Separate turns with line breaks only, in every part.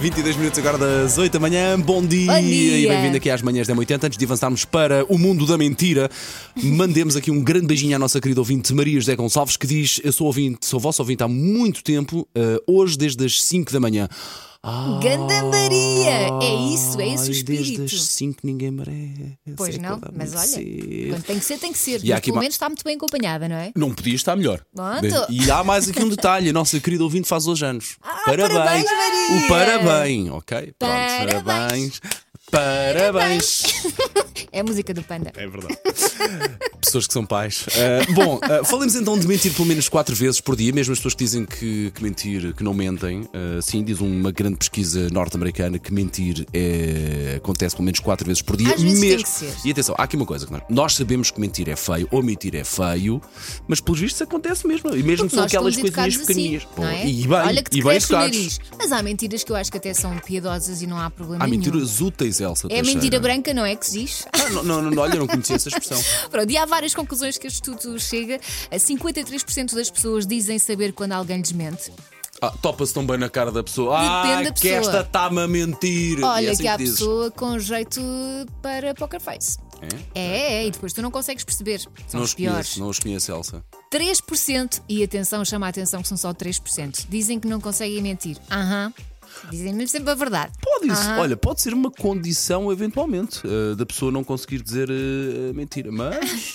22 minutos agora das 8 da manhã. Bom dia,
Bom dia.
e bem-vindo aqui às manhãs da 80. Antes de avançarmos para o mundo da mentira, mandemos aqui um grande beijinho à nossa querida ouvinte Maria José Gonçalves que diz: Eu sou ouvinte, sou vosso ouvinte há muito tempo, eh, hoje desde as 5 da manhã. Ah,
Ganda Maria! É isso, é esse o
Oh, ai,
espírito.
Desde as 5 ninguém merece.
Pois não,
acordar
mas
muito
olha,
cedo.
quando tem que ser, tem que ser.
E há
Mas
aqui
pelo
uma-
menos está muito bem acompanhada, não é?
Não podia estar melhor.
Pronto.
E há mais aqui um detalhe: a nossa querida ouvinte faz hoje anos.
Ah, parabéns, Maria!
O parabéns, ok? Pronto,
Parabéns.
parabéns. Parabéns.
É a música do Panda.
É verdade. pessoas que são pais. Ah, bom, ah, falemos então de mentir pelo menos quatro vezes por dia, mesmo as pessoas que dizem que, que mentir, que não mentem. Ah, sim, diz uma grande pesquisa norte-americana que mentir é- acontece pelo menos quatro vezes por dia.
Às vezes tem
mesmo-
que ser.
E atenção, há aqui uma coisa que nós, nós sabemos que mentir é feio, ou mentir é feio, mas pelos vistos acontece mesmo. E mesmo
Porque
são
nós
aquelas
fomos
coisinhas
educados
pequenininhas.
assim,
Bom,
não é?
E bem,
Olha que te
e bem
cresce o
educados.
nariz. Mas há mentiras que eu acho que até são piedosas e não há problema
Há
nenhum.
mentiras úteis, Elsa.
É a
Teixeira.
mentira branca, não é que se diz?
Ah, não, não, não, olha, eu não conhecia essa expressão.
Pronto, e há várias conclusões que este estudo chega. A 53% das pessoas dizem saber quando alguém lhes mente.
Ah, Topa-se tão bem na cara da pessoa.
Depende
ah,
da
que
pessoa.
esta está-me a mentir. E
Olha
é assim
que há
dizes.
pessoa com jeito para poker face.
É?
É, é, e depois tu não consegues perceber. São
Não
os
os
piores.
conheço, não os conheço, Elsa.
3%, e atenção, chama a atenção que são só 3%, dizem que não conseguem mentir. Aham. Dizem-lhe sempre a verdade.
Pode isso.
Aham.
Olha, pode ser uma condição, eventualmente, eh, da pessoa não conseguir dizer eh, mentira, mas.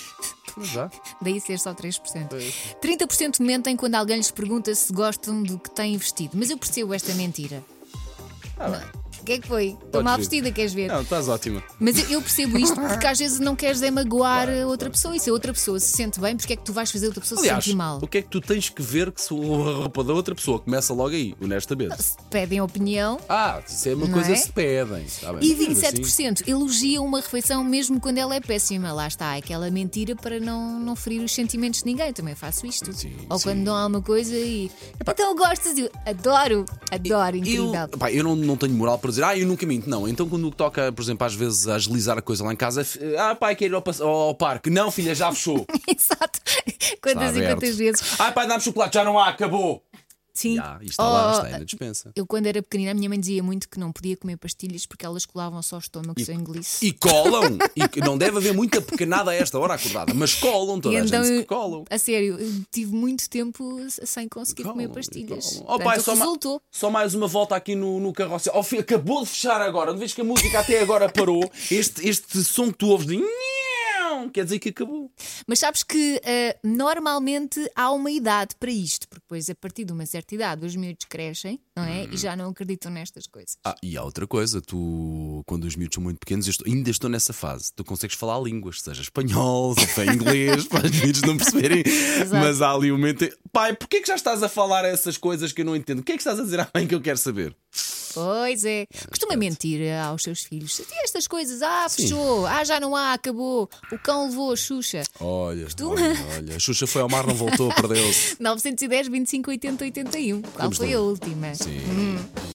mas dá.
Daí ser só 3%. 30% mentem quando alguém lhes pergunta se gostam do que têm vestido. Mas eu percebo esta mentira. O que é que foi? Estou
Podes
mal
ir.
vestida, queres ver?
Ah, Não, estás ótima.
Mas eu, eu percebo isto porque às vezes não queres é magoar a outra pessoa. E se a outra pessoa se sente bem, porque é que tu vais fazer a outra pessoa
Aliás,
se sentir mal?
o que é que tu tens que ver que se o roupa da outra pessoa começa logo aí, honestamente?
Se pedem opinião.
Ah, isso é uma
Não
coisa
é?
se pedem. está bem,
E
mas assim-
27% elogiam uma refeição mesmo quando ela é péssima. Lá está, aquela mentira para não, não ferir os sentimentos de ninguém. Também faço isto.
Sim,
Ou
sim.
quando dão alguma coisa e. Então gostas? Eu adoro, adoro, incrível.
Eu, pá, eu não, não tenho moral para dizer, ah, eu nunca minto. Não, então quando toca, por exemplo, às vezes a agilizar a coisa lá em casa, f- ah, pai, quero ir ao, passe- ao- ao parque. Não, filha, já fechou.
Exato. Quantas e
aberto.
quantas vezes.
ah, pai, dá-me chocolate, já não há, acabou.
Sim.
Já, isto está lá,
Oh,
está aí na dispensa.
Eu, quando era pequenina, a minha mãe dizia muito que não podia comer pastilhas porque elas colavam só o estômago se eu engolisse.
E colam, e que não deve haver muita pequenada a esta hora acordada, mas colam, toda
E
a
então
gente
eu-
que colam.
A sério, eu tive muito tempo sem conseguir
Colam,
comer
e
pastilhas.
colam. Oh, pai,
Portanto,
só, ma-
resultou.
só mais uma volta aqui no, no carrossel. Oh, filho, acabou de fechar agora. De vez que a música até agora parou, este, este som que tu ouves de. nhão, Quer dizer que acabou.
Mas sabes que eh, normalmente há uma idade para isto, porque depois, a partir de uma certa idade, os miúdos crescem, não é?
Uhum.
E já não acreditam nestas coisas.
Ah, e há outra coisa, tu, quando os miúdos são muito pequenos, eu estou- ainda estou nessa fase, tu consegues falar línguas, seja espanhol, seja inglês, para os miúdos não perceberem. Mas há ali um momento. em- Pai, porquê é que já estás a falar essas coisas que eu não entendo? O que é que estás a dizer à mãe que eu quero saber?
Pois é. Costuma mentir eh, aos seus filhos. Se tem estas coisas, ah, fechou, ah, já não há, acabou, o cão levou a Xuxa.
Olha, olha, olha, a Xuxa foi ao mar, não voltou, perdeu-se.
910, 25, 80, 81. Qual
Vamos
foi
lá.
a última?
Sim.